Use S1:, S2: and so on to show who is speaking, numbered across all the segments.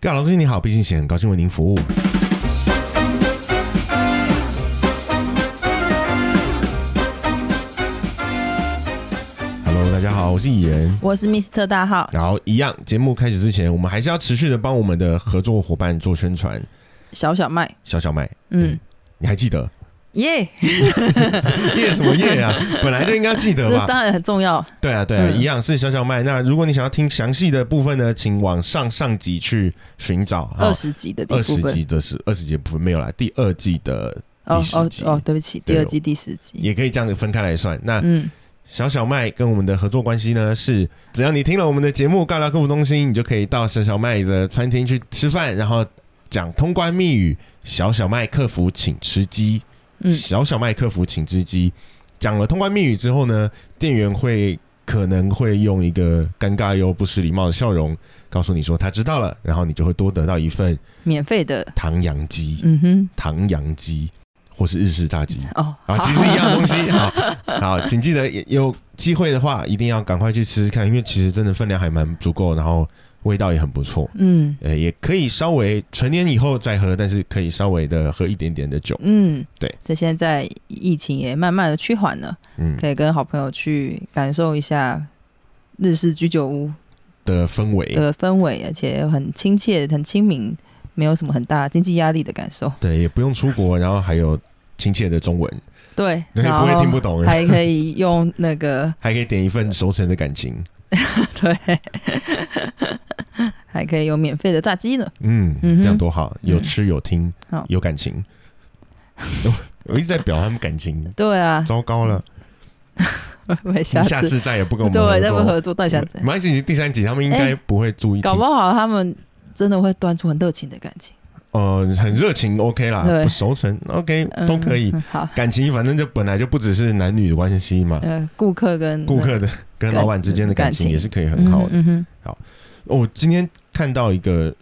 S1: 各位老中心你好，毕信贤，很高兴为您服务。Hello，大家好，我是蚁人。
S2: 我是 Mr 大号，
S1: 然后一样，节目开始之前，我们还是要持续的帮我们的合作伙伴做宣传。
S2: 小小麦，
S1: 小小麦，
S2: 嗯，
S1: 你还记得
S2: 耶，
S1: 耶什么 耶啊？本来就应该记得
S2: 这
S1: 吧？
S2: 当然很重要，
S1: 对啊，对啊，
S2: 嗯
S1: 一样是小小麦。那如果你想要听详细的部分呢，请往上上集去寻找。哈
S2: 二十集的第
S1: 二
S2: 一
S1: 十
S2: 部分，
S1: 集的是二十集的部分没有啦，第二季的
S2: 哦
S1: 第十
S2: 哦
S1: 集
S2: 哦，对不起，
S1: 对哦
S2: 第二季第十集，
S1: 也可以这样子分开来算。那
S2: 嗯，
S1: 小小麦跟我们的合作关系呢，是只要你听了我们的节目《尬聊客服中心》，你就可以到小小麦的餐厅去吃饭，然后讲通关密语“小小麦客服请吃鸡”，
S2: 嗯
S1: 小小麦客服请吃鸡。讲了通关密语之后呢，店员会可能会用一个尴尬又不失礼貌的笑容告诉你说他知道了，然后你就会多得到一份
S2: 免费的，
S1: 唐扬鸡。
S2: 嗯哼，
S1: 唐扬鸡或是日式炸鸡
S2: 哦，
S1: 啊，其实是一样的东西。好，好，请记得也有机会的话，一定要赶快去吃吃看，因为其实真的分量还蛮足够，然后味道也很不错。
S2: 嗯
S1: 呃，也可以稍微成年以后再喝，但是可以稍微的喝一点点的酒。
S2: 嗯，
S1: 对，
S2: 这现在疫情也慢慢的趋缓了，
S1: 嗯，
S2: 可以跟好朋友去感受一下日式居酒屋
S1: 的氛围，
S2: 的氛围，而且很亲切、很亲民，没有什么很大经济压力的感受，
S1: 对，也不用出国，然后还有亲切的中文，
S2: 对，
S1: 对，
S2: 然
S1: 不会
S2: 后
S1: 听不懂，
S2: 还可以用那个
S1: 还可以点一份熟成的感情。
S2: 对，还可以有免费的炸鸡呢。
S1: 嗯，
S2: 嗯哼
S1: 这样多好，有吃有听，
S2: 好
S1: 有感 情。我我一直在表他们感情，
S2: 对啊，
S1: 糟糕了，
S2: 会不会
S1: 你
S2: 下
S1: 下
S2: 次
S1: 次再也不跟我们
S2: 对再不
S1: 合作。
S2: 合作，到底想怎样？
S1: 没关系，第三集他们应该不会注意听，
S2: 搞不好他们真的会端出很热情的感情，
S1: 呃，很热情，OK 啦，
S2: 对
S1: 不熟成，OK
S2: 嗯
S1: 都可以。啊
S2: 嗯好，
S1: 感情反正就本来就不只是男女的关系嘛，
S2: 呃，顾客跟
S1: 顾客的跟老板之间的感情
S2: 感情
S1: 也是可以
S2: 那
S1: 很好的。
S2: 嗯哼
S1: 哦我今天看到一个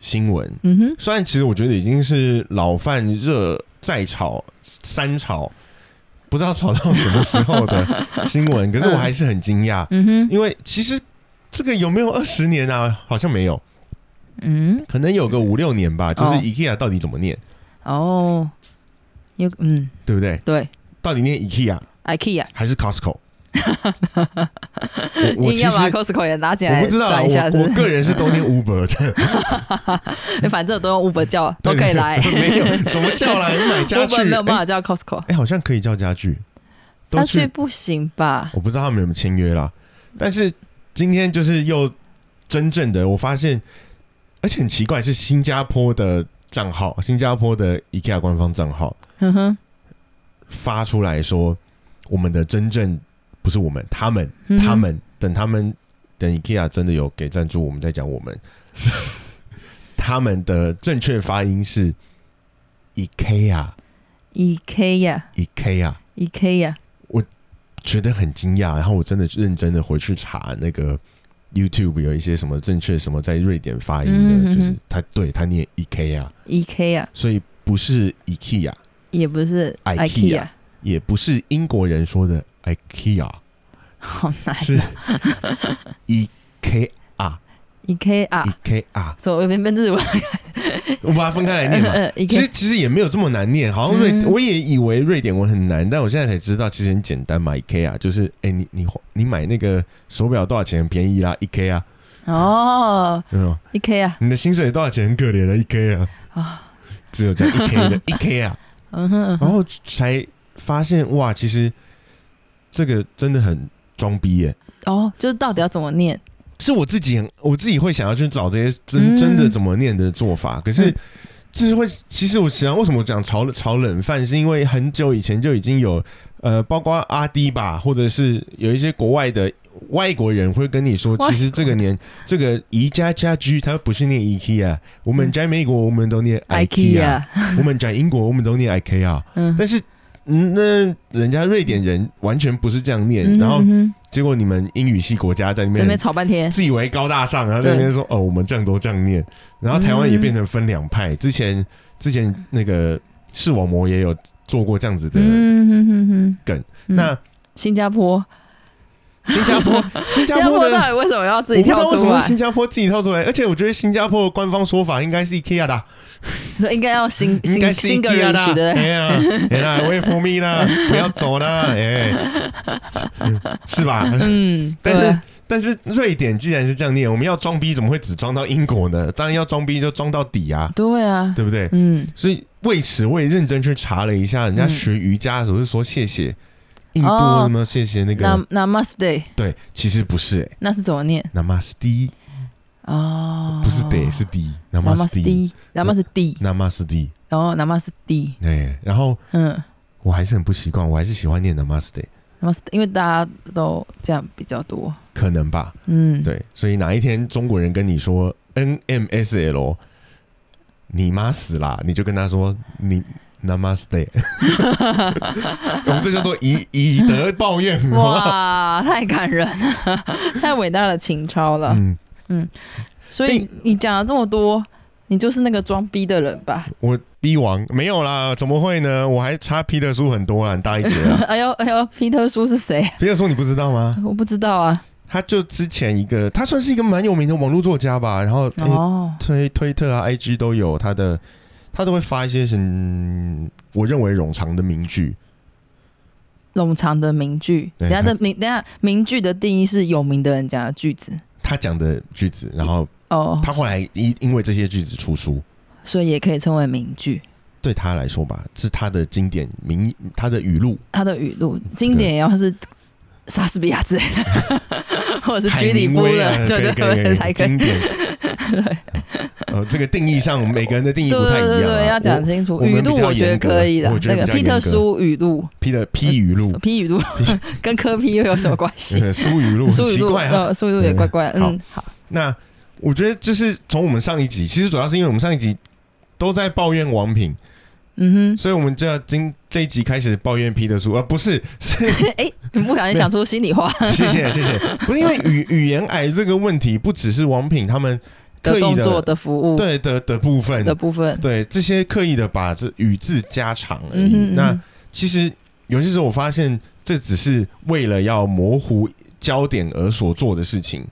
S1: 新闻，
S2: 嗯哼，嗯
S1: 虽然其实我觉得已经是老饭热再炒三炒，不知道炒到什么时候 的新闻，可是
S2: 嗯
S1: 我还是很惊讶，
S2: 哼，嗯哼，
S1: 因为其实这个有没有二十年啊？好像没有，
S2: 嗯，
S1: 可能有个五六年吧。就是
S2: 哦
S1: IKEA 到底怎么念，
S2: 哦，有嗯，
S1: 对不对？
S2: 对
S1: 到底念 IKEA
S2: ，IKEA。
S1: 还是 Costco？我我
S2: 硬
S1: 其
S2: 要
S1: 实
S2: 把 Costco 也拿进
S1: 我
S2: 来
S1: 不知道啦，
S2: 转一下，是
S1: 我
S2: 不
S1: 我
S2: 是？
S1: 个人是都念 Uber 的，
S2: 反正我都用 Uber 叫，啊 都可以来。
S1: 没有怎么叫啦？你买家具
S2: Uber 没有办
S1: 哎
S2: 法叫 Costco，
S1: 哎，好像可以叫家具，都
S2: 他去
S1: 去
S2: 不行吧？
S1: 我不知道他们有没有签约啦。但是今天就是又真正的，我发现，而且很奇怪，是新加坡的账号，新加坡的 IKEA 官方账号
S2: 哼嗯哼，
S1: 发出来说，我们的真正不是我们，他们，
S2: 嗯哼
S1: 他们，等他们等 IKEA 真的有给赞助，我们再讲我们。 他们的正确发音是 IKEA，IKEA，
S2: IKEA IKEA，
S1: 觉得很惊讶，然后我真的认真的回去查那个 YouTube 有一些什么正确什么在瑞典发音的，
S2: 嗯哼哼
S1: 就是他对他念 IKEA，
S2: IKEA
S1: 所以不是 IKEA，
S2: 也不是
S1: IKEA
S2: IKEA，
S1: 也不是英国人说的 IKEA，
S2: 好难
S1: 是 IKEA
S2: 啊 IKEA，
S1: IKEA，
S2: 怎么有点变日文？
S1: 我把它分开来哎念嘛。
S2: 嗯
S1: 其
S2: IKEA，
S1: 实其实也没有这么难念，好像瑞、
S2: 嗯
S1: 我也以为瑞典文很难，但我现在才知道其实很简单嘛。IKEA 就是哎、你你你买那个手表多少钱？便宜啦，IKEA，
S2: 哦
S1: 有没有？
S2: ，IKEA
S1: 你的薪水多少钱？很可怜的一 k 啊，
S2: 啊，
S1: 只有这样一 k 的一 k 啊，
S2: 嗯哼，嗯
S1: 然
S2: 哼
S1: 后才发现哇，其实这个真的很装逼耶。
S2: 哦，就是到底要怎么念？
S1: 是我自己很，我自己会想要去找这些真
S2: 嗯
S1: 真的怎么念的做法，可是
S2: 嗯
S1: 这是会，其实我想为什么我讲炒炒冷饭，是因为很久以前就已经有呃，包括阿迪吧，或者是有一些国外的。外国人会跟你说，
S2: 外国
S1: 其实这个年这个宜家家居，它不是念 IKEA，我们在美国我们都念 IKEA，
S2: IKEA，
S1: 我们讲英国，我们都念 IKEA，
S2: 嗯，
S1: 但是嗯，那人家瑞典人完全不是这样念，
S2: 嗯
S1: 然后
S2: 嗯嗯
S1: 结果你们英语系国家在那
S2: 这边
S1: 边
S2: 吵半天，
S1: 自以为高大上，然后在那边说哦，我们这样都这样念，然后台湾也变成分两派。之前之前那个视网膜也
S2: 嗯
S1: 有做过这样子的，
S2: 嗯哼哼哼，
S1: 梗
S2: 嗯
S1: 那
S2: 新加坡
S1: 新加 坡，新
S2: 新
S1: 加坡的
S2: 到底为什么要自
S1: 我
S2: 己
S1: 不知道
S2: 跳
S1: 为什
S2: 出
S1: 么
S2: 来
S1: 是？新加坡自己跳出来，而且我觉得新加坡的官方说法应该是 IKEA 的啊，
S2: 应该要新
S1: 应该
S2: 新
S1: 是
S2: 新个
S1: IKEA
S2: 人
S1: 的啊
S2: 取，的，
S1: 哎呀，哎呀，我也服蜜 啦，不要走啦，哎，嗯是吧？
S2: 嗯，
S1: 但
S2: 对
S1: 是，但是瑞典既然是这样念，我们要装逼怎么会只装到英国呢？当然要装逼就装到底啊，
S2: 对啊，
S1: 对不对？
S2: 嗯，
S1: 所以为此我也认真去查了一下，人家
S2: 嗯
S1: 学瑜伽总是说谢谢，印度
S2: 哦
S1: 有没有谢谢那
S2: 那
S1: 个？
S2: Namaste
S1: 对，其实不是哎
S2: 那是怎么念？
S1: ，Namaste
S2: 哦，
S1: 不是 d 是 d Namaste
S2: Namaste，Namaste，
S1: Namaste
S2: 然后 Namaste，
S1: 哎，然后
S2: 嗯
S1: 我还是很不习惯，我还是喜欢念 Namaste，
S2: ，Namaste，因为大家都这样比较多，
S1: 可能吧？
S2: 嗯，
S1: 对，所以哪一天中国人跟你说 N M S L，你妈死啦，你就跟他说你 Namaste，我们这叫做以以德报怨，好不好
S2: 哇，太感人了， 太伟大的情操了。
S1: 嗯，
S2: 所以你讲了这么多，你就是那个装逼的人吧？
S1: 我逼王没有啦，怎么会呢？我还差 Peter 叔很多啦，很大一截 啊。
S2: 哎呦哎呦，皮特叔是谁？
S1: Peter 叔你不知道吗？
S2: 我不知道啊。
S1: 他就之前一个，他算是一个蛮有名的网络作家吧，然后、诶
S2: 哦，
S1: 推推特啊、IG 都有他的，他都会发一些嗯，我认为冗长的名句。
S2: 冗长的名句，
S1: 对
S2: 等下的名，等下名句的定义是有名的人讲的句子
S1: 他讲的句子，然后
S2: 哦，
S1: 他后来因因为这些句子出书，
S2: 所以也可以称为名句。
S1: 对他来说吧，是他的经典名，他的语录，
S2: 他的语录经典，要是莎士比亚之类 的，或者是居里
S1: 明
S2: 夫
S1: 威
S2: 的
S1: 啊，，
S2: 对对
S1: 可以可以
S2: 对，才可以
S1: 经。典。 呃，这个定义上每个人的定义
S2: 对
S1: 不太一样、啊，
S2: 对对，要讲清楚
S1: 我
S2: 语
S1: 们比
S2: 录，
S1: 较
S2: 我觉得
S1: 严格
S2: 可以的
S1: 我。觉得
S2: 那个
S1: 比较
S2: 皮
S1: 严
S2: 特
S1: 格嗯
S2: 叔语录，
S1: P 的 P 语 录、
S2: 批语录跟科批又有什么关系？
S1: 呃苏语录，
S2: 苏
S1: 很
S2: 语
S1: 奇
S2: 录，
S1: 怪啊。
S2: 呃，苏语录也怪怪。
S1: 好
S2: 嗯，好，
S1: 那我觉得就是从我们上一集，其实主要是因为我们上一集都在抱怨王品，
S2: 嗯
S1: 所以我们就要今这一集开始抱怨 P 的书，呃，不是， 是
S2: 哼，哎，你不小心想出心里话
S1: 谢谢谢谢，不是因为语语言癌这个问题，不只是王品他们刻
S2: 的
S1: 意
S2: 动作
S1: 的
S2: 的服务
S1: 对的的部分，
S2: 的部分。
S1: 对这些刻意的把这语字加长而
S2: 嗯
S1: 已。
S2: 哼，
S1: 那
S2: 嗯哼
S1: 其实有些时候我发现，这只是为了要模糊焦点而所做的事情。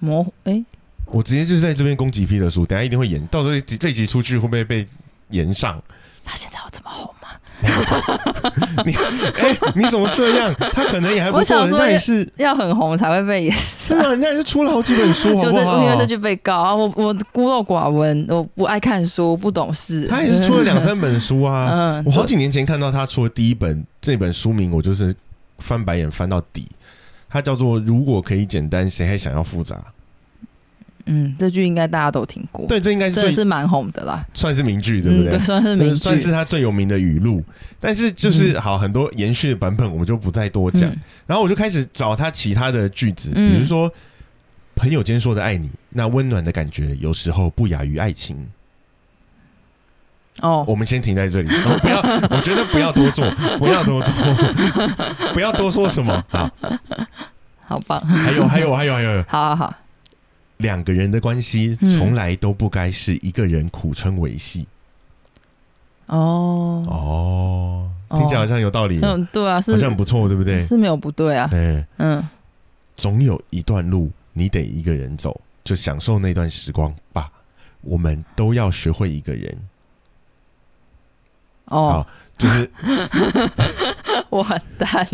S2: 模糊，哎，
S1: 我直接就是在这边攻击 P 的书，等一下一定会演，到时候这集这集出去会不会被延上？
S2: 他现在有这么红吗？
S1: 哎、你怎么这样？他可能也还不
S2: 我
S1: 错，
S2: 想
S1: 人
S2: 说
S1: 家也是，
S2: 要很红才会被演
S1: 真的，人家也是出了好几本书，好
S2: 就
S1: 不
S2: 是因为
S1: 好
S2: 这？句被告啊，我我孤陋寡闻，我不爱看书，不懂事。
S1: 他也是出了两三本书啊。
S2: 嗯，
S1: 我好几年前看到他出的第一本，这本书名我就是翻白眼翻到底。它叫做“如果可以简单，谁还想要复杂
S2: 嗯，这句应该大家都听”。过，
S1: 对，这应该是
S2: 真的
S1: 最
S2: 是蛮红的啦。
S1: 算是名句，对不
S2: 嗯，
S1: 对
S2: 对，？算是
S1: 对
S2: 名
S1: 算
S2: 句，
S1: 是他最有名的语录。但是就是、好，很多延续的版本我们就不再多讲。
S2: 嗯
S1: 然后我就开始找他其他的句子，
S2: 嗯
S1: 比如说“朋友间说的爱你”，那温暖的感觉有时候不亚于爱情。
S2: 哦，
S1: 我们先停在这里，然后不要，我觉得不要多做，不要多做，不要多说什么。好，
S2: 好棒，
S1: 还有还有还有还有，
S2: 好好好，
S1: 两个人的关系
S2: 嗯
S1: 从来都不该是一个人苦撑维系。
S2: 哦，
S1: 哦，听起来好像有道理，
S2: 嗯，对啊，
S1: 好
S2: 是
S1: 像很不错，对不对？
S2: 是没有不对啊，
S1: 对，
S2: 嗯，
S1: 总有一段路你得一个人走，就享受那段时光吧。我们都要学会一个人，
S2: 哦，
S1: 就是
S2: 完蛋，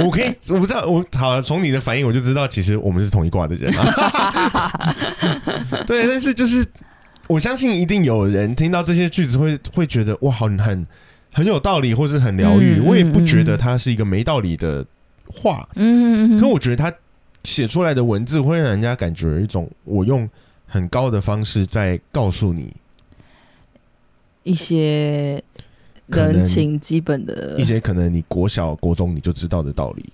S1: 我可以，我不知道，我好了，从你的反应我就知道，其实我们是同一挂的人啊。 对，但是就是我相信一定有人听到这些句子会会觉得哇，好很很有道理，或是很疗愈。
S2: 嗯嗯
S1: 我也不觉得它是一个没道理的话，
S2: 嗯，嗯嗯
S1: 可我觉得他写出来的文字会让人家感觉有一种我用很高的方式在告诉你
S2: 一些
S1: 可能
S2: 人情基本的
S1: 一，些可能你国小、国中你就知道的道理。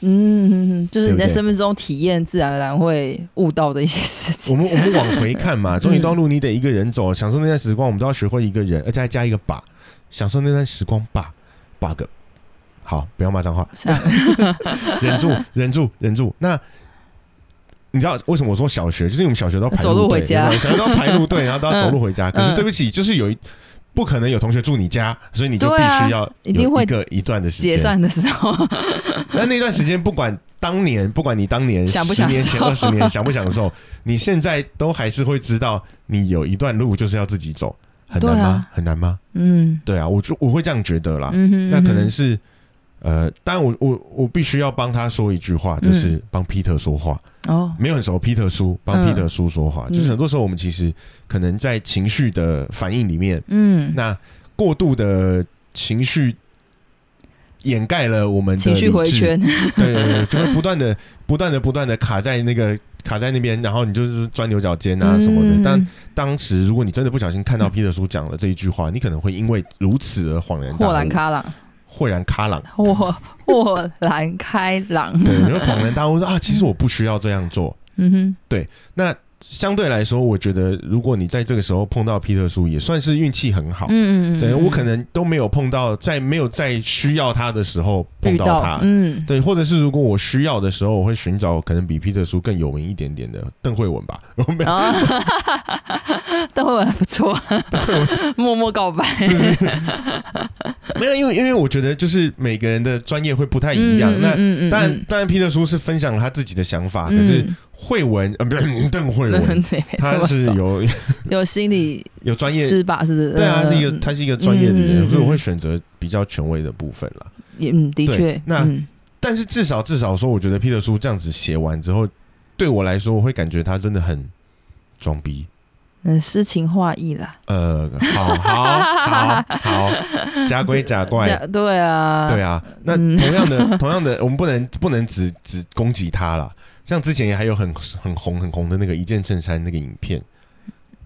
S2: 嗯嗯，嗯嗯就是你
S1: 对
S2: 在
S1: 不对
S2: 生命中体验，自然而然会悟到的一些事
S1: 我
S2: 情。
S1: 们我们往回看嘛，终于段路你得一个人走，享受那段时光，我们都要学会一个人，而且还加一个把，享受那段时光吧，bug。好，不要骂脏话，
S2: 像
S1: 忍住，忍住，忍住。那你知道为什么我说小学？就是因为我们小学都要排
S2: 走路
S1: 队
S2: 回家
S1: 有没有小学都要排路 队，然后都要走路回家。可是
S2: 嗯
S1: 对不起，就是有一不可能有同学住你家，所以你就必
S2: 对啊
S1: 须要
S2: 一定
S1: 有
S2: 会
S1: 一个一段的时
S2: 解
S1: 间。
S2: 散的时候，
S1: 那那段时间不管当年不管你当年
S2: 想不
S1: 十
S2: 想
S1: 年前、
S2: 受
S1: 二十年想不享受，你现在都还是会知道，你有一段路就是要自己走，很难
S2: 对
S1: 吗？
S2: 啊
S1: 很难吗？
S2: 嗯
S1: 对啊，我就我会这样觉得啦。
S2: 嗯哼，
S1: 啊那可能
S2: 嗯哼
S1: 是，呃，但我我我必须要帮他说一句
S2: 嗯
S1: 话，就是帮 Peter 说话。
S2: 哦，
S1: 没有很熟 Peter 叔帮
S2: 嗯
S1: Peter 叔说话，
S2: 嗯
S1: 就是很多时候我们其实可能在情绪的反应里面，
S2: 嗯，
S1: 那过度的情绪掩盖了我们的
S2: 情绪回
S1: 理智，
S2: 圈，
S1: 对对对，就会不断的、 不断的、不断的卡在那个卡在那边，然后你就是钻牛角尖啊什么的。
S2: 嗯
S1: 但当时如果你真的不小心看到 Peter 叔讲了这一句话，你可能会因为如此而恍然大悟
S2: 嗯豁然开朗，
S1: 豁然开朗。
S2: 豁豁然开朗，
S1: 对，你会恍然大悟说啊，其实我不需要这样做。
S2: 嗯哼，
S1: 那相对来说，我觉得如果你在这个时候碰到皮特叔，也算是运气很好。
S2: 嗯嗯嗯，
S1: 对
S2: 嗯
S1: 我可能都没有碰到，在没有在需要他的时候碰
S2: 遇
S1: 到他。
S2: 嗯，
S1: 对，或者是如果我需要的时候，我会寻找可能比皮特叔更有名一点点的邓慧文吧。我没有，
S2: 啊，邓慧文还 不错，默默告白，
S1: 没有，因为因为我觉得就是每个人的专业会不太一样。那
S2: 嗯
S1: 当然，当然，皮特叔是分享了他自己的想法，可是慧文呃，不是邓慧 文，
S2: 对，没
S1: 他
S2: 错，
S1: 是有
S2: 有心理
S1: 有专业，
S2: 师吧，是不是？
S1: 对啊，
S2: 嗯
S1: 是一个，他是一个专业的
S2: 嗯嗯
S1: 人，
S2: 嗯
S1: 所以我会选择比较权威的部分啦。
S2: 也嗯，的
S1: 对
S2: 确，
S1: 那
S2: 嗯
S1: 但是至少至少说，我觉得 Peter 叔这样子写完之后，对我来说，我会感觉他真的很装逼。
S2: 嗯诗情画意啦，
S1: 呃，好好好好，假鬼假
S2: 这
S1: 怪，
S2: 样对啊，
S1: 对啊。那
S2: 嗯
S1: 同样的，同样的，我们不能不能只只攻击他啦。像之前也还有很很红很红的那个一件衬衫那个影片，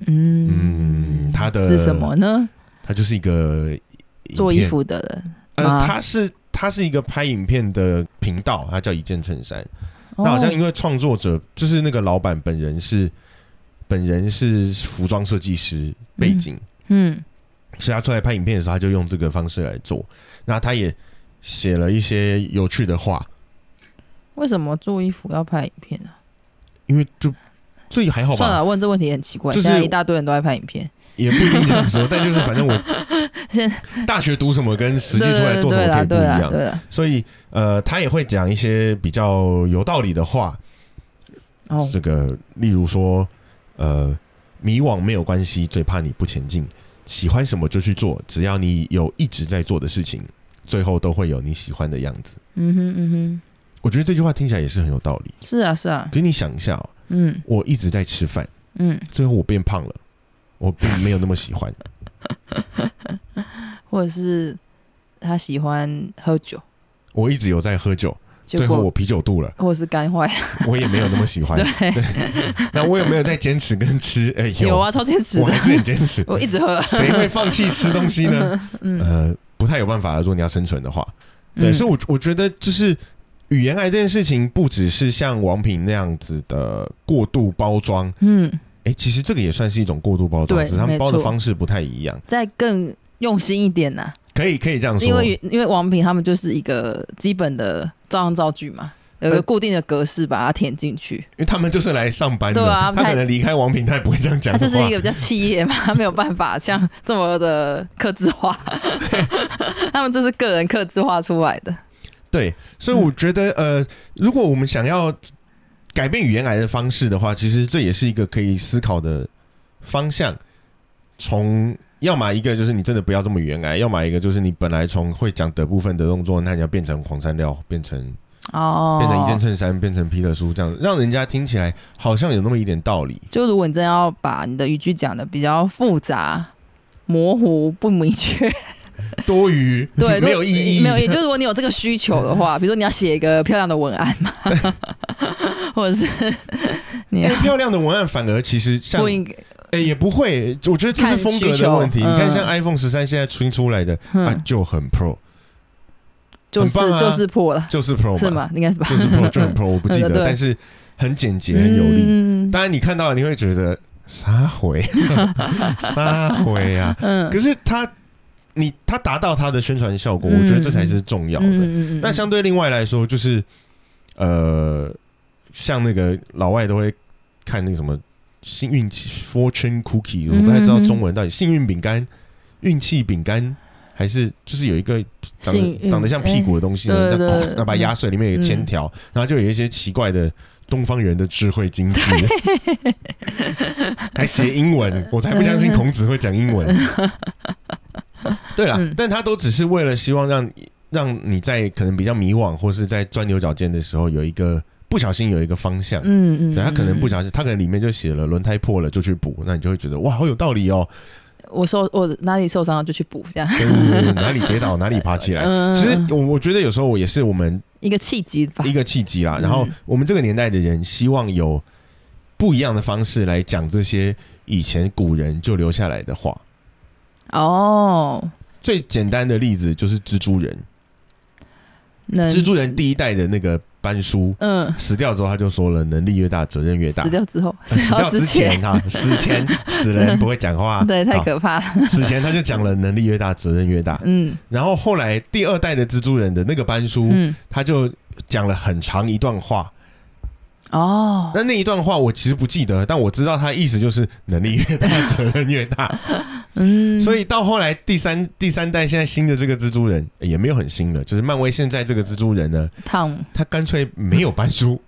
S2: 嗯
S1: 嗯他的
S2: 是什么呢？
S1: 它就是一个影
S2: 做衣
S1: 片
S2: 服的人，
S1: 呃，
S2: 吗
S1: 它是它是一个拍影片的频道，它叫一件衬衫。那
S2: 哦
S1: 好像因为创作者就是那个老板本人是本人是服装设计师背景，
S2: 嗯
S1: 所以他出来拍影片的时候，他就用这个方式来做。那他也写了一些有趣的话，
S2: 为什么做衣服要拍影片啊？
S1: 因为就这也还好
S2: 算
S1: 吧，
S2: 了，问这问题也很奇怪。
S1: 就是
S2: 现在一大堆人都在拍影片，
S1: 也不一定这样 说，但就是反正我
S2: 现
S1: 大学读什么跟实际
S2: 对
S1: 出来
S2: 对
S1: 做什
S2: 对
S1: 么可
S2: 啦
S1: 以不
S2: 对
S1: 一
S2: 啦
S1: 样。
S2: 对啦。
S1: 所以呃，他也会讲一些比较有道理的话，
S2: 哦，
S1: 这个，例如说，呃，迷惘没有关系，最怕你不前进。喜欢什么就去做，只要你有一直在做的事情，最后都会有你喜欢的样子。
S2: 嗯哼嗯哼，
S1: 我觉得这句话听起来也是很有道理。
S2: 是啊是啊，
S1: 可是你想一下、哦，
S2: 嗯
S1: 我一直在吃饭，
S2: 嗯，
S1: 最后我变胖了，我并没有那么喜欢。
S2: 或者是他喜欢喝酒，
S1: 我一直有在喝酒，
S2: 结
S1: 最后我
S2: 果
S1: 啤酒肚 了，
S2: 或者是肝坏，
S1: 我也没有那么喜欢。
S2: 对，
S1: 那我有没有在坚持跟吃？哎、
S2: 有，啊，超坚持
S1: 我
S2: 的。
S1: 还，是很坚持
S2: 我一直喝，
S1: 谁会放弃吃东西呢？
S2: 嗯，
S1: 呃，不太有办法了。如果你要生存的话，对，
S2: 嗯
S1: 所以我我觉得就是语言癌这件事情，不只是像王品那样子的过度包装，
S2: 嗯，
S1: 哎、其实这个也算是一种过度包装，
S2: 对
S1: 只是他们包的
S2: 没错
S1: 方式不太一样。
S2: 再更用心一点呐，
S1: 可以可以这样
S2: 因
S1: 说，
S2: 为因为王品他们就是一个基本的照样造句嘛，有一
S1: 呃
S2: 个固定的格式把它填进去，
S1: 因为他们就是来上班的，
S2: 对啊
S1: 他
S2: 他
S1: 可能离开王品，他也不会这样讲
S2: 它
S1: 话。
S2: 就是一个比较企业嘛， 它没有办法像这么的克制化， 他们这是个人克制化出来的。
S1: 对，所以我觉得、呃，如果我们想
S2: 嗯
S1: 要改变语言癌的方式的话，其实这也是一个可以思考的方向。从要么一个就是你真的不要这么语言癌，要么一个就是你本来从会讲的部分的动作，那你要变成黄山料，变成
S2: 哦，
S1: 变成一件衬衫，变成皮特书这样，让人家听起来好像有那么一点道理。
S2: 就如果你真的要把你的语句讲的比较复杂、模糊、不明 确，
S1: 多余，
S2: 对，
S1: 没有意义，
S2: 没有意义。就如果你有这个需求的 话，比如说你要写一个漂亮的文案嘛， 或者是你
S1: 因
S2: 要
S1: 为漂亮的文案反而其实像
S2: 不应该，
S1: 哎、也不会，我觉得这是
S2: 看
S1: 风格
S2: 需
S1: 的
S2: 求
S1: 问题。你
S2: 嗯
S1: 看，像 iPhone 十三现在新出来的、啊
S2: 嗯，，
S1: 就很 Pro，
S2: 就是
S1: 很棒啊
S2: 就是破了，
S1: 就是 Pro 嘛
S2: 是？吗？应该是吧？
S1: 就是 Pro 就很 Pro，我不记得，
S2: 对对
S1: 但是很简洁，很有力。
S2: 嗯
S1: 当然你看到了你会觉得啥 回啥回啊，
S2: 嗯
S1: 可是它你它达到它的宣传效果，
S2: 嗯
S1: 我觉得这才是重要的。
S2: 嗯
S1: 那相对另外来说，就是呃，像那个老外都会看那个什么幸
S2: 嗯
S1: 运 fortune cookie，我不太知道中文到底幸运饼干、运气饼干。还是就是有一个长
S2: 幸
S1: 得
S2: 运
S1: 长得像屁股的东西呢，
S2: 嗯哎对
S1: 然后
S2: 对对嗯
S1: 然后把它压碎，里面有一个铅条，然后就有一些奇怪的东方人的智慧金 句，还写英文，我才不相信孔子会讲英文。对啦，
S2: 嗯
S1: 但他都只是为了希望让让你在可能比较迷惘或是在钻牛角尖的时候，有一个不小心有一个方向。
S2: 嗯嗯，
S1: 对他可能不
S2: 嗯，
S1: 小心，他可能里面就写了轮胎破了就去补，那你就会觉得哇，好有道理哦。
S2: 我受我哪里受伤了就去补， 这样，
S1: 对对对对哪里跌倒哪里爬起来。
S2: 嗯，
S1: 其实我我觉得有时候我也是我们
S2: 一个契机吧
S1: 一，个契机啦。
S2: 嗯
S1: 然后我们这个年代的人希望有不一样的方式来讲这些以前古人就留下来的话。
S2: 哦，
S1: 最简单的例子就是蜘蛛人，
S2: 能，
S1: 蜘蛛人第一代的那个班叔
S2: 嗯，
S1: 死掉之后，他就说了：能力越大，责任越大啊呃
S2: 死。掉之后，
S1: 死掉
S2: 之
S1: 之
S2: 前，
S1: 前啊哈，死前 死人不会讲话，
S2: 对，太
S1: 好
S2: 可怕了，
S1: 死前他就讲了能力越大，责任越大。
S2: 嗯
S1: 然后后来第二代的蜘蛛人的那个班叔，
S2: 嗯，
S1: 他就讲了很长一段话。
S2: 哦，
S1: 那那一段话我其实不记得，但我知道他意思就是能力越大， 责任越大。
S2: 嗯，
S1: 所以到后来第三第三代现在新的这个蜘蛛人呃也没有很新了，就是漫威现在这个蜘蛛人呢，
S2: 烫
S1: 他干脆没有搬书，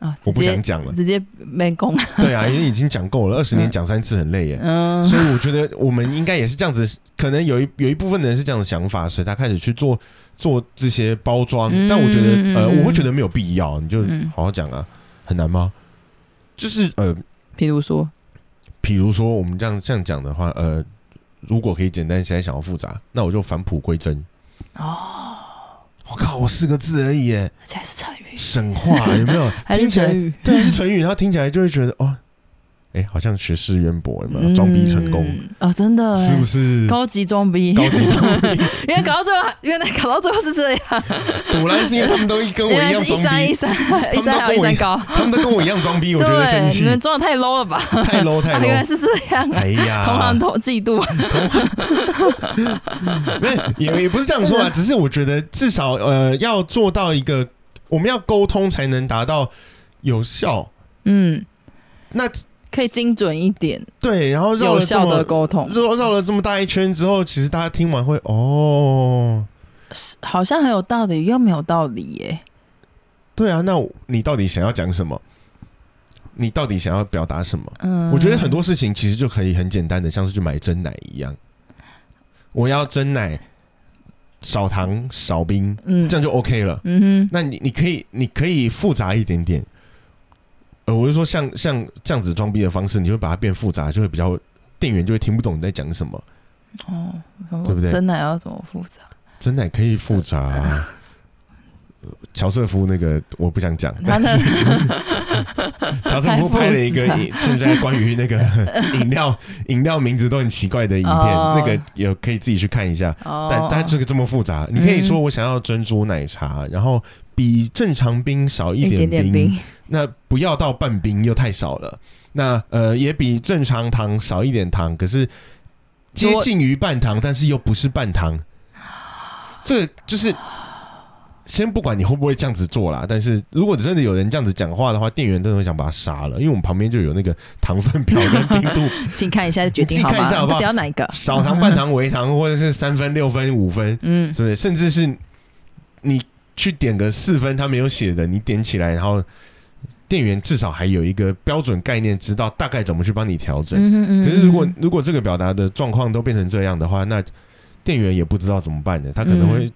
S2: 啊，
S1: 我
S2: 直
S1: 不想
S2: 接
S1: 讲了。
S2: 直接没攻，
S1: 对啊，因为已经讲够 了，二十年讲三次很累耶。
S2: 嗯
S1: 所以我觉得我们应该也是这样子，可能有一有一部分的人是这样的想法，所以他开始去做做这些包装。
S2: 嗯
S1: 但我觉得，呃，
S2: 嗯
S1: 我会觉得没有必要，你就
S2: 嗯
S1: 好好讲啊，很难吗？就是呃，
S2: 譬如说，
S1: 比如说我们这样这样讲的话，呃，如果可以简单，谁还想要复杂？那我就返璞归真。
S2: 哦，
S1: 我靠，我四个字而已耶，
S2: 而且还是成语，
S1: 省 话有没有？
S2: 还
S1: 听
S2: 是
S1: 起来
S2: 成语，
S1: 对，是唇语，然后听起来就会觉得哦，哎、好像学识渊博，有没有呃装逼成功？
S2: 嗯哦，真的
S1: 是不
S2: 欸，
S1: 是
S2: 高级装逼，
S1: 高级装逼？
S2: 原来搞到最后，原来搞到最后是这样，
S1: 果然是因为他们都一 跟我
S2: 原
S1: 一样
S2: 来是一
S1: 装
S2: 三一
S1: 逼，
S2: 三一三还
S1: 跟
S2: 有一
S1: 我一
S2: 三高，
S1: 他们都跟我一样装逼，我觉得生
S2: 对，啊你
S1: 气
S2: 们，装的太 low 了吧？
S1: 太 low 太
S2: 啊原来
S1: low。
S2: 是这样啊
S1: 哎，呀，
S2: 同行同嫉妒，
S1: 没有也也不是这样说啊 啦，只是我觉得至少呃要做到一个，我们要沟通才能达到有效。
S2: 嗯，
S1: 那
S2: 可以精准一点，
S1: 对，然后绕
S2: 有
S1: 了这
S2: 效的
S1: 么
S2: 沟通，
S1: 绕绕了这么大一圈之后，其实大家听完会哦，
S2: 是好像很有道理，又没有道理耶，
S1: 对啊，那我你到底想要讲什么？你到底想要表达什么？
S2: 嗯，
S1: 我觉得很多事情其实就可以很简单的，像是去买真奶一样。我要真奶，少糖少冰，
S2: 嗯
S1: 这样就 OK 了。
S2: 嗯
S1: 那你你可以你可以复杂一点点。呃，我是说像像这样子装逼的方式，你会把它变复杂，就会比较店员就会听不懂你在讲什么。
S2: 哼，哦，
S1: 对不对
S2: 真的要怎么复杂？
S1: 真奶可以复杂、啊。呃乔瑟夫那个我不想讲，
S2: 他
S1: 但
S2: 那
S1: 是 乔瑟夫拍了一个
S2: 太复
S1: 现在关于 那个饮料饮料名字都很奇怪的影片，
S2: 哦
S1: 那个有可以自己去看一下。
S2: 哦，
S1: 但但这个这么复杂，你可以说我想要珍珠奶茶，然后比正常冰少一
S2: 一点
S1: 点
S2: 点
S1: 冰
S2: 冰，，
S1: 那不要到半冰又太少了。那呃，也比正常糖少一点糖，可是接近于半糖，但是又不是半糖。这就是先不管你会不会这样子做啦，但是如果真的有人这样子讲话的话，店员真的会想把他杀了，因为我们旁边就有那个糖分表跟冰度，
S2: 请看一下决定
S1: 你自
S2: 好
S1: 己看一
S2: 吗？
S1: 下好不好
S2: 到底要哪一个？
S1: 少糖、半糖、微糖，或者是三分、六分、五分，
S2: 嗯
S1: 是不是？甚至是你去点个四分，他没有写的，你点起来，然后店员至少还有一个标准概念，知道大概怎么去帮你调整。
S2: 嗯哼嗯，
S1: 可是如果
S2: 嗯
S1: 如果这个表达的状况都变成这样的话，那店员也不知道怎么办的，他可能
S2: 嗯
S1: 会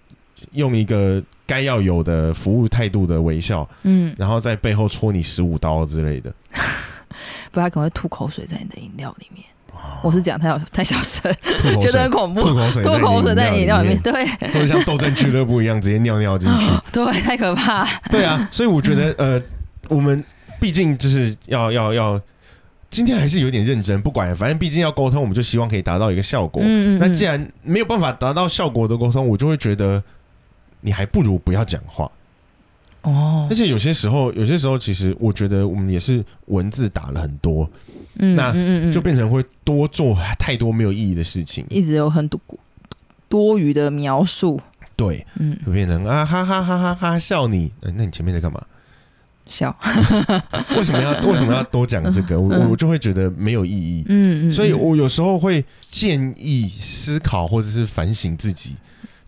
S1: 用一个该要有的服务态度的微笑，
S2: 嗯，
S1: 然后在背后戳你十五刀之 类的。
S2: 不，他可能会吐口水在你的饮料里面。我是讲太小太小声，
S1: 吐口
S2: 觉得
S1: 水
S2: 很，恐怖
S1: 吐，口水，
S2: 吐口水在你饮料里面，，嗯对
S1: 或者像斗争俱乐部一样直接尿尿进去。
S2: 对，太可 怕。
S1: 对啊，所以我觉得
S2: 嗯
S1: 呃，我们毕竟就是要要要，今天还是有点认真，不管，反正毕竟要沟通，我们就希望可以达到一个效果。
S2: 嗯嗯，
S1: 那既
S2: 样
S1: 然没有办法达到效果的沟通，我就会觉得你还不如不要讲话。
S2: 哦
S1: 而，且有些时候，有些时候其实我觉得我们也是文字打了很多，
S2: 嗯
S1: 那
S2: 嗯嗯嗯
S1: 就变成会多做太多没有意义的事情。
S2: 一直有很多多余的描述，
S1: 对，
S2: 嗯，
S1: 就变成啊哈哈哈哈哈哈笑你，呃那你前面在干嘛？
S2: 笑，
S1: 为什么要为什么要多讲这个？
S2: 嗯
S1: 我我我就会觉得没有意义。
S2: 嗯嗯，
S1: 所以
S2: 嗯
S1: 我有时候会建议思考或者是反省自己，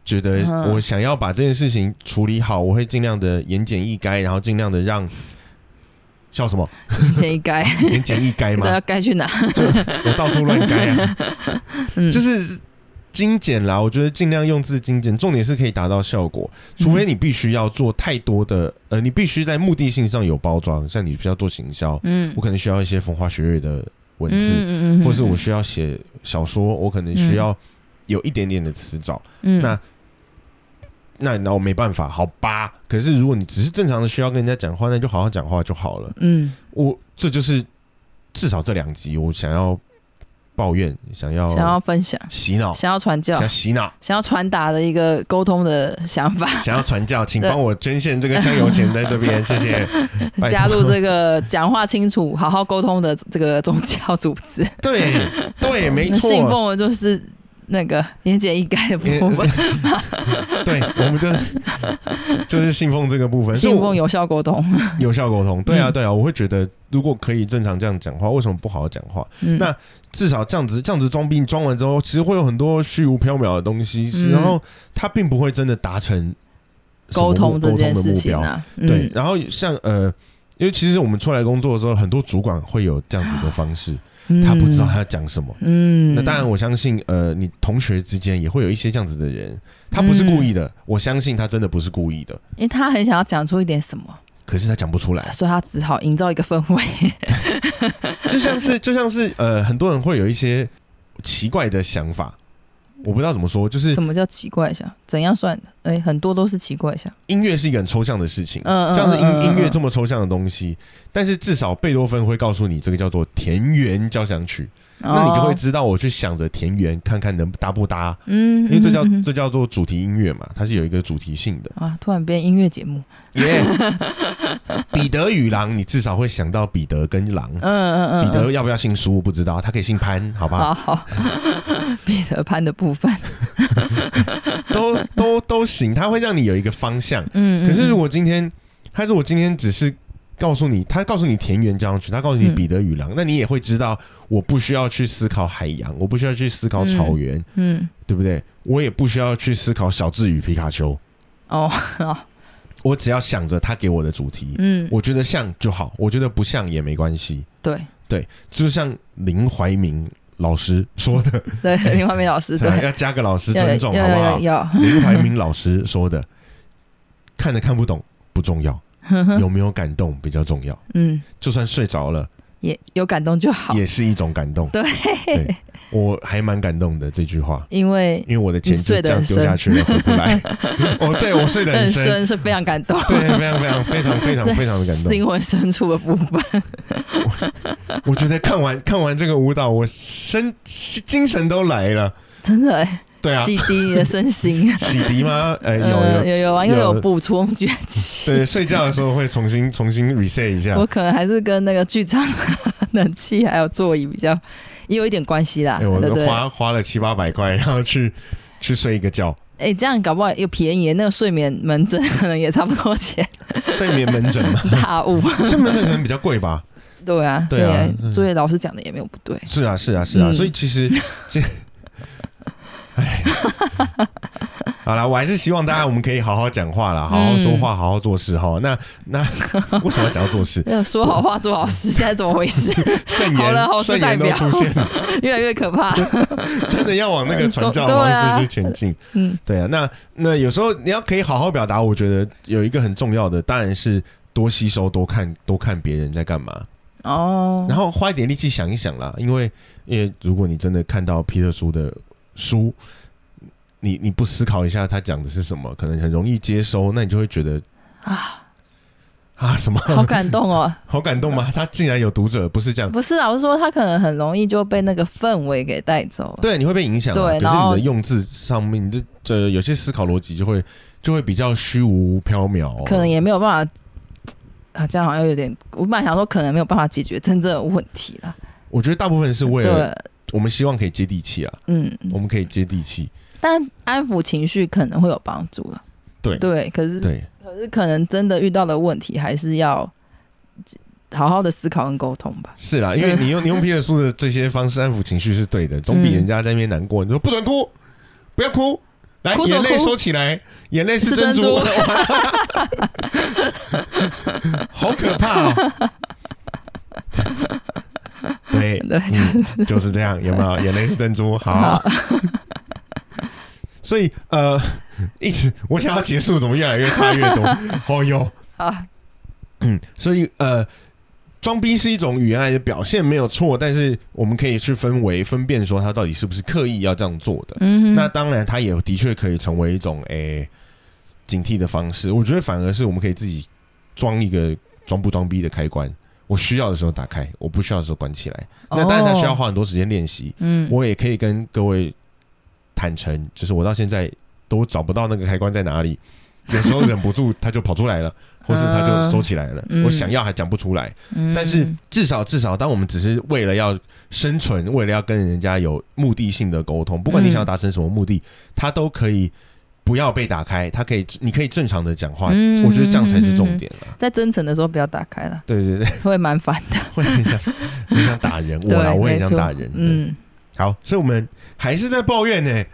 S1: 觉得
S2: 嗯
S1: 我想要把这件事情处理好，我会尽量的言简意赅，然后尽量的让。笑什么？
S2: 一 前一该，
S1: 言简意赅
S2: 不知
S1: 吗
S2: 道？该去哪，
S1: 我到处乱改啊，
S2: 嗯，
S1: 就是精简啦。我觉得尽量用字精简，重点是可以达到效果。
S2: 嗯
S1: 除非你必须要做太多的，呃，你必须在目的性上有包装，像你需要做行销，
S2: 嗯
S1: 我可能需要一些风花雪月的文字，
S2: 嗯嗯嗯嗯，
S1: 或是我需要写小说，我可能需要有一点点的词藻。
S2: 嗯
S1: 那那那我没办法，好吧。可是如果你只是正常的需要跟人家讲话，那就好好讲话就好了。
S2: 嗯
S1: 我这就是至少这两集我想要抱怨，想要
S2: 想要分享，
S1: 洗脑，
S2: 想要传教
S1: 哦想要，洗脑，
S2: 想要传达的一个沟通的想法，
S1: 想要传教，请
S2: 对
S1: 帮我捐献这个香油钱在这边，谢 谢。拜托
S2: 加入这个讲话清楚、好好沟通的这个宗教组织。
S1: 对对，没
S2: 那 信
S1: 错，
S2: 奉的就是那个言简意赅的部 分，
S1: 对，我们就是 就是信奉这个部分，所以
S2: 信
S1: 我
S2: 奉有效沟通。
S1: 有效沟通。对啊，
S2: 嗯
S1: 对啊，我会觉得如果可以正常这样讲话，为什么不好好讲话？
S2: 嗯
S1: 那至少这样子这样子装逼装完之后，其实会有很多虚无缥缈的东西，
S2: 嗯
S1: 然后它并不会真的达成什么目
S2: 沟通这
S1: 沟通
S2: 件
S1: 的
S2: 事
S1: 目
S2: 情
S1: 标。
S2: 啊，
S1: 对
S2: 嗯，，
S1: 然后像呃。因为其实我们出来工作的时候，很多主管会有这样子的方式，
S2: 嗯
S1: 他不知道他要讲什么。
S2: 嗯，
S1: 那当然，我相信，呃，你同学之间也会有一些这样子的人，他不是故意的，
S2: 嗯
S1: 我相信他真的不是故意的，
S2: 因为他很想要讲出一点什么，
S1: 可是他讲不出来。
S2: 所以他只好营造一个氛 围。
S1: 就像是就像是呃，很多人会有一些奇怪的想法，我不知道怎么说，就是
S2: 什么叫奇怪一下？怎样算的？哎、很多都是奇怪一下。
S1: 音乐是一个很抽象的事情，
S2: 嗯嗯
S1: 像是音
S2: 嗯嗯
S1: 音乐
S2: 嗯
S1: 这么抽象的东西，但是至少贝多芬会告诉你这个叫做田园交响曲，那你就会
S2: 哦
S1: 知道我去想着田园，看看能搭不搭，
S2: 嗯，
S1: 因为这叫
S2: 嗯嗯嗯
S1: 这叫做主题音乐嘛，它是有一个主题性 的。
S2: 啊，突然变音乐节目。
S1: 耶，彼得与狼，你至少会想到彼得跟狼。
S2: 嗯嗯嗯，
S1: 彼
S2: 嗯
S1: 得要不要姓苏？不知道，他可以姓潘，好不好？
S2: 好好， 彼得潘的部分，
S1: 都都都行，它会让你有一个方向。
S2: 嗯，嗯
S1: 可是如果今天，他如果今天只是告诉你，他告诉你田园交响曲，他告诉你
S2: 嗯
S1: 彼得与狼，那你也会知道，我不需要去思考海洋，我不需要去思考草原，
S2: 嗯
S1: 对不对？我也不需要去思考小智与皮卡丘，
S2: 哦好
S1: 我只要想着他给我的主题，
S2: 嗯，
S1: 我觉得像就好，我觉得不像也没关系。
S2: 对
S1: 就像林怀民老师说的，
S2: 对，林怀民老师对，
S1: 要加个老师
S2: 要
S1: 尊重，
S2: 要
S1: 好不
S2: 要
S1: 好？
S2: 要
S1: 林怀民老师说的，看得看不懂不重 要，
S2: 要，
S1: 有没有感动比较重要。
S2: 嗯，
S1: 就算睡着了，
S2: 也有感动就好，
S1: 也是一种感动。
S2: 对
S1: 对我还蛮感动的这句话，
S2: 因为
S1: 因为我的钱
S2: 你
S1: 就
S2: 睡
S1: 这
S2: 得
S1: 样丢下去了，回不 来。哦，对我睡得很
S2: 很
S1: 深，
S2: 深是非常感动，
S1: 对，非常非常非常 非常非常的感
S2: 在
S1: 动。
S2: 灵魂深处的部分，
S1: 我觉得看完看完这个舞蹈，我身精神都来了。
S2: 真的欸
S1: 对啊，。
S2: 洗涤你的身心
S1: 洗涤 吗？呃，有有
S2: 嗯，有有啊，因为
S1: 有
S2: 有补充崛起，
S1: 对，睡觉的时候会重新重新 reset 一下
S2: 我。可能还是跟那个剧场 冷气还有座椅比较也有一点关系啦，
S1: 哎、
S2: 对
S1: 我
S2: 不对？
S1: 花花了七八百块，然后去去睡一个觉，
S2: 哎、这样搞不好又便宜，那个睡眠门诊可能也差不多钱，
S1: 睡眠门诊嘛，
S2: 大雾。
S1: 睡眠门诊可能比较贵吧？
S2: 对啊，
S1: 对啊
S2: 所以
S1: 嗯
S2: 作业老师讲的也没有不对。
S1: 是啊，是啊，是啊，
S2: 嗯
S1: 所以其 实这，哎，好啦，我还是希望大家我们可以好好讲话啦，好好说
S2: 嗯
S1: 话，好好做事哈。那 那为什么要讲到做事？
S2: 要哎说好话做好事，现在怎么 回事？
S1: 圣
S2: 好了
S1: 言，
S2: 好事
S1: 圣言都
S2: 代表
S1: 出现 了，
S2: 越来越可怕。
S1: 真的要往那个传教
S2: 嗯走对
S1: 方
S2: 啊
S1: 式去前进。
S2: 嗯
S1: 对啊，那那有时候你要可以好好表达，我觉得有一个很重要的，当然是多吸收、多看、多看别人在干嘛，
S2: 哦，
S1: 然后花一点力气想一想啦。因为因为如果你真的看到皮特叔的书，你你不思考一下他讲的是什么，可能很容易接收，那你就会觉得
S2: 啊，
S1: 啊什么
S2: 好感动哦。
S1: 好感动吗？他竟然有读者，不是这样。
S2: 不是啊，我是说他可能很容易就被那个氛围给带走了。
S1: 对，你会被影响啊、
S2: 对
S1: 可
S2: 然
S1: 是你
S2: 后
S1: 的用字上面，你的这有些思考逻辑就会就会比较虚无缥缈、哦
S2: 可能也没有办法。啊，这样好像有点，我本来想说可能没有办法解决真正的问题啦。
S1: 我觉得大部分是为了
S2: 对，
S1: 我们希望可以接地气啊，
S2: 嗯，
S1: 我们可以接地气。
S2: 但安抚情绪可能会有帮助了。
S1: 对
S2: 对，可是
S1: 对，
S2: 可是可能真的遇到的问题还是要好好的思考跟沟通吧。
S1: 是啦，因 为你用你用皮尔叔的这些方式安抚情绪是对的，总比人家在那边难过。你说不准哭，不要哭，来
S2: 哭什
S1: 眼
S2: 么
S1: 泪
S2: 哭
S1: 收起来，眼泪是
S2: 是
S1: 珍
S2: 珍
S1: 珠， 好可怕哦！ 对，
S2: 对，
S1: 嗯，就是这 样，有没有？眼泪是珍珠，好。所以呃，一直我想要结束，怎么越来越差越 多？哦哟，
S2: 好，
S1: 嗯，所以呃，装逼是一种语言爱的表现，没有错，但是我们可以去分为分辨说他到底是不是刻意要这样做的。
S2: 嗯
S1: 那
S2: 哼，
S1: 当然，他也的确可以成为一种诶、警惕的方式。我觉得反而是我们可以自己装一个装不装逼的开关。我需要的时候打开，我不需要的时候关起来。那当然，他需要
S2: 哦，
S1: 花很多时间练习。
S2: 嗯，
S1: 我也可以跟各位坦诚，就是我到现在都找不到那个开关在哪 里，有时候忍不住它就跑出来了，或是它就收起来了，
S2: 嗯
S1: 我想要还讲不出来。
S2: 嗯
S1: 但是至少至少，当我们只是为了要生存，为了要跟人家有目的性的沟通，不管你
S2: 嗯
S1: 想要达成什么目的，它都可以。不要被打开，它可以，你可以正常的讲话，
S2: 嗯
S1: 我觉得这样才是重点 啊！
S2: 在真诚的时候不要打开了，
S1: 对对对，
S2: 会蛮烦的。
S1: 会很想很想打人，我啦，
S2: 对
S1: 我也很
S2: 没
S1: 想
S2: 错
S1: 打人。嗯，
S2: 嗯，
S1: 好，所以我们还是在抱怨呢、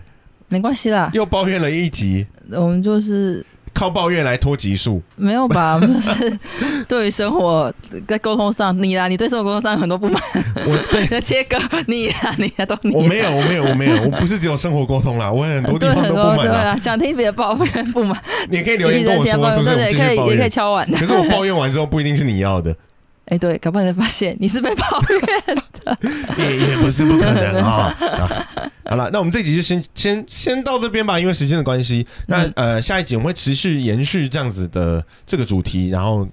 S2: 没关系啦，
S1: 又抱怨了一集，
S2: 我们就是
S1: 靠抱怨来拖集数。
S2: 没有吧， 我们就是对于生活在沟通上，你啦，你对生活沟通上有很多不满
S1: 我对
S2: 的切割， 你啦，你啦，都你啦。
S1: 我没有，我没有，我没有，我不是只有生活沟通啦，我很多地
S2: 对
S1: 方
S2: 很
S1: 都
S2: 多
S1: 不满
S2: 对
S1: 啦。
S2: 啊，想听别的抱怨不满，
S1: 你也可以留言跟我
S2: 一直在
S1: 说，
S2: 抱
S1: 是不
S2: 怨
S1: 是？我
S2: 对
S1: 们
S2: 对，
S1: 继
S2: 可
S1: 续抱
S2: 以也可以
S1: 怨。
S2: 敲碗的。
S1: 可是我抱怨完之后不一定是你要的，
S2: 哎，对，搞不好你会发现你是被抱怨。
S1: 也也不是不可能啊。啊好了，那我们这集就先先先到这边吧，因为时间的关系。那
S2: 嗯
S1: 呃，下一集我们会持续延续这样子的这个主题，然后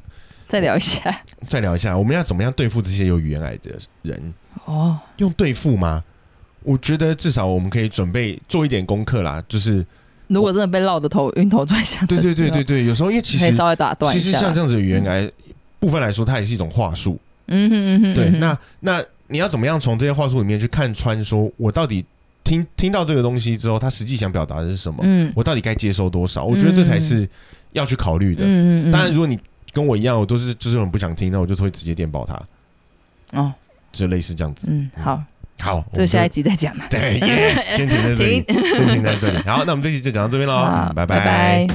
S2: 再聊一下
S1: 再聊一下我们要怎么样对付这些有语言癌的人。
S2: 哦，
S1: 用对付吗？我觉得至少我们可以准备做一点功课啦，就是
S2: 如果真的被绕的头晕头转向的
S1: 对
S2: 时候，
S1: 对对对对，有时候因为其
S2: 可以
S1: 实
S2: 稍微打断
S1: 其
S2: 一
S1: 实
S2: 下。
S1: 像这样子的语言癌部分来说，它也是一种话术。
S2: 嗯哼嗯哼，
S1: 对，
S2: 嗯哼
S1: 那那你要怎么样从这些话术里面去看穿，说我到底听听到这个东西之后，他实际想表达的是什么？
S2: 嗯
S1: 我到底该接收多少？我觉得这才是要去考虑的。
S2: 嗯嗯嗯，
S1: 当然，如果你跟我一样，我都是就是很不想听，那我就会直接电爆他，
S2: 哦，
S1: 就类似这样子。
S2: 嗯，好，
S1: 好，
S2: 这个下一
S1: 在
S2: 集再讲了。
S1: 对耶，先停在这里，先停在这里。好，那我们这期就讲到这边喽
S2: 好，，
S1: 拜
S2: 拜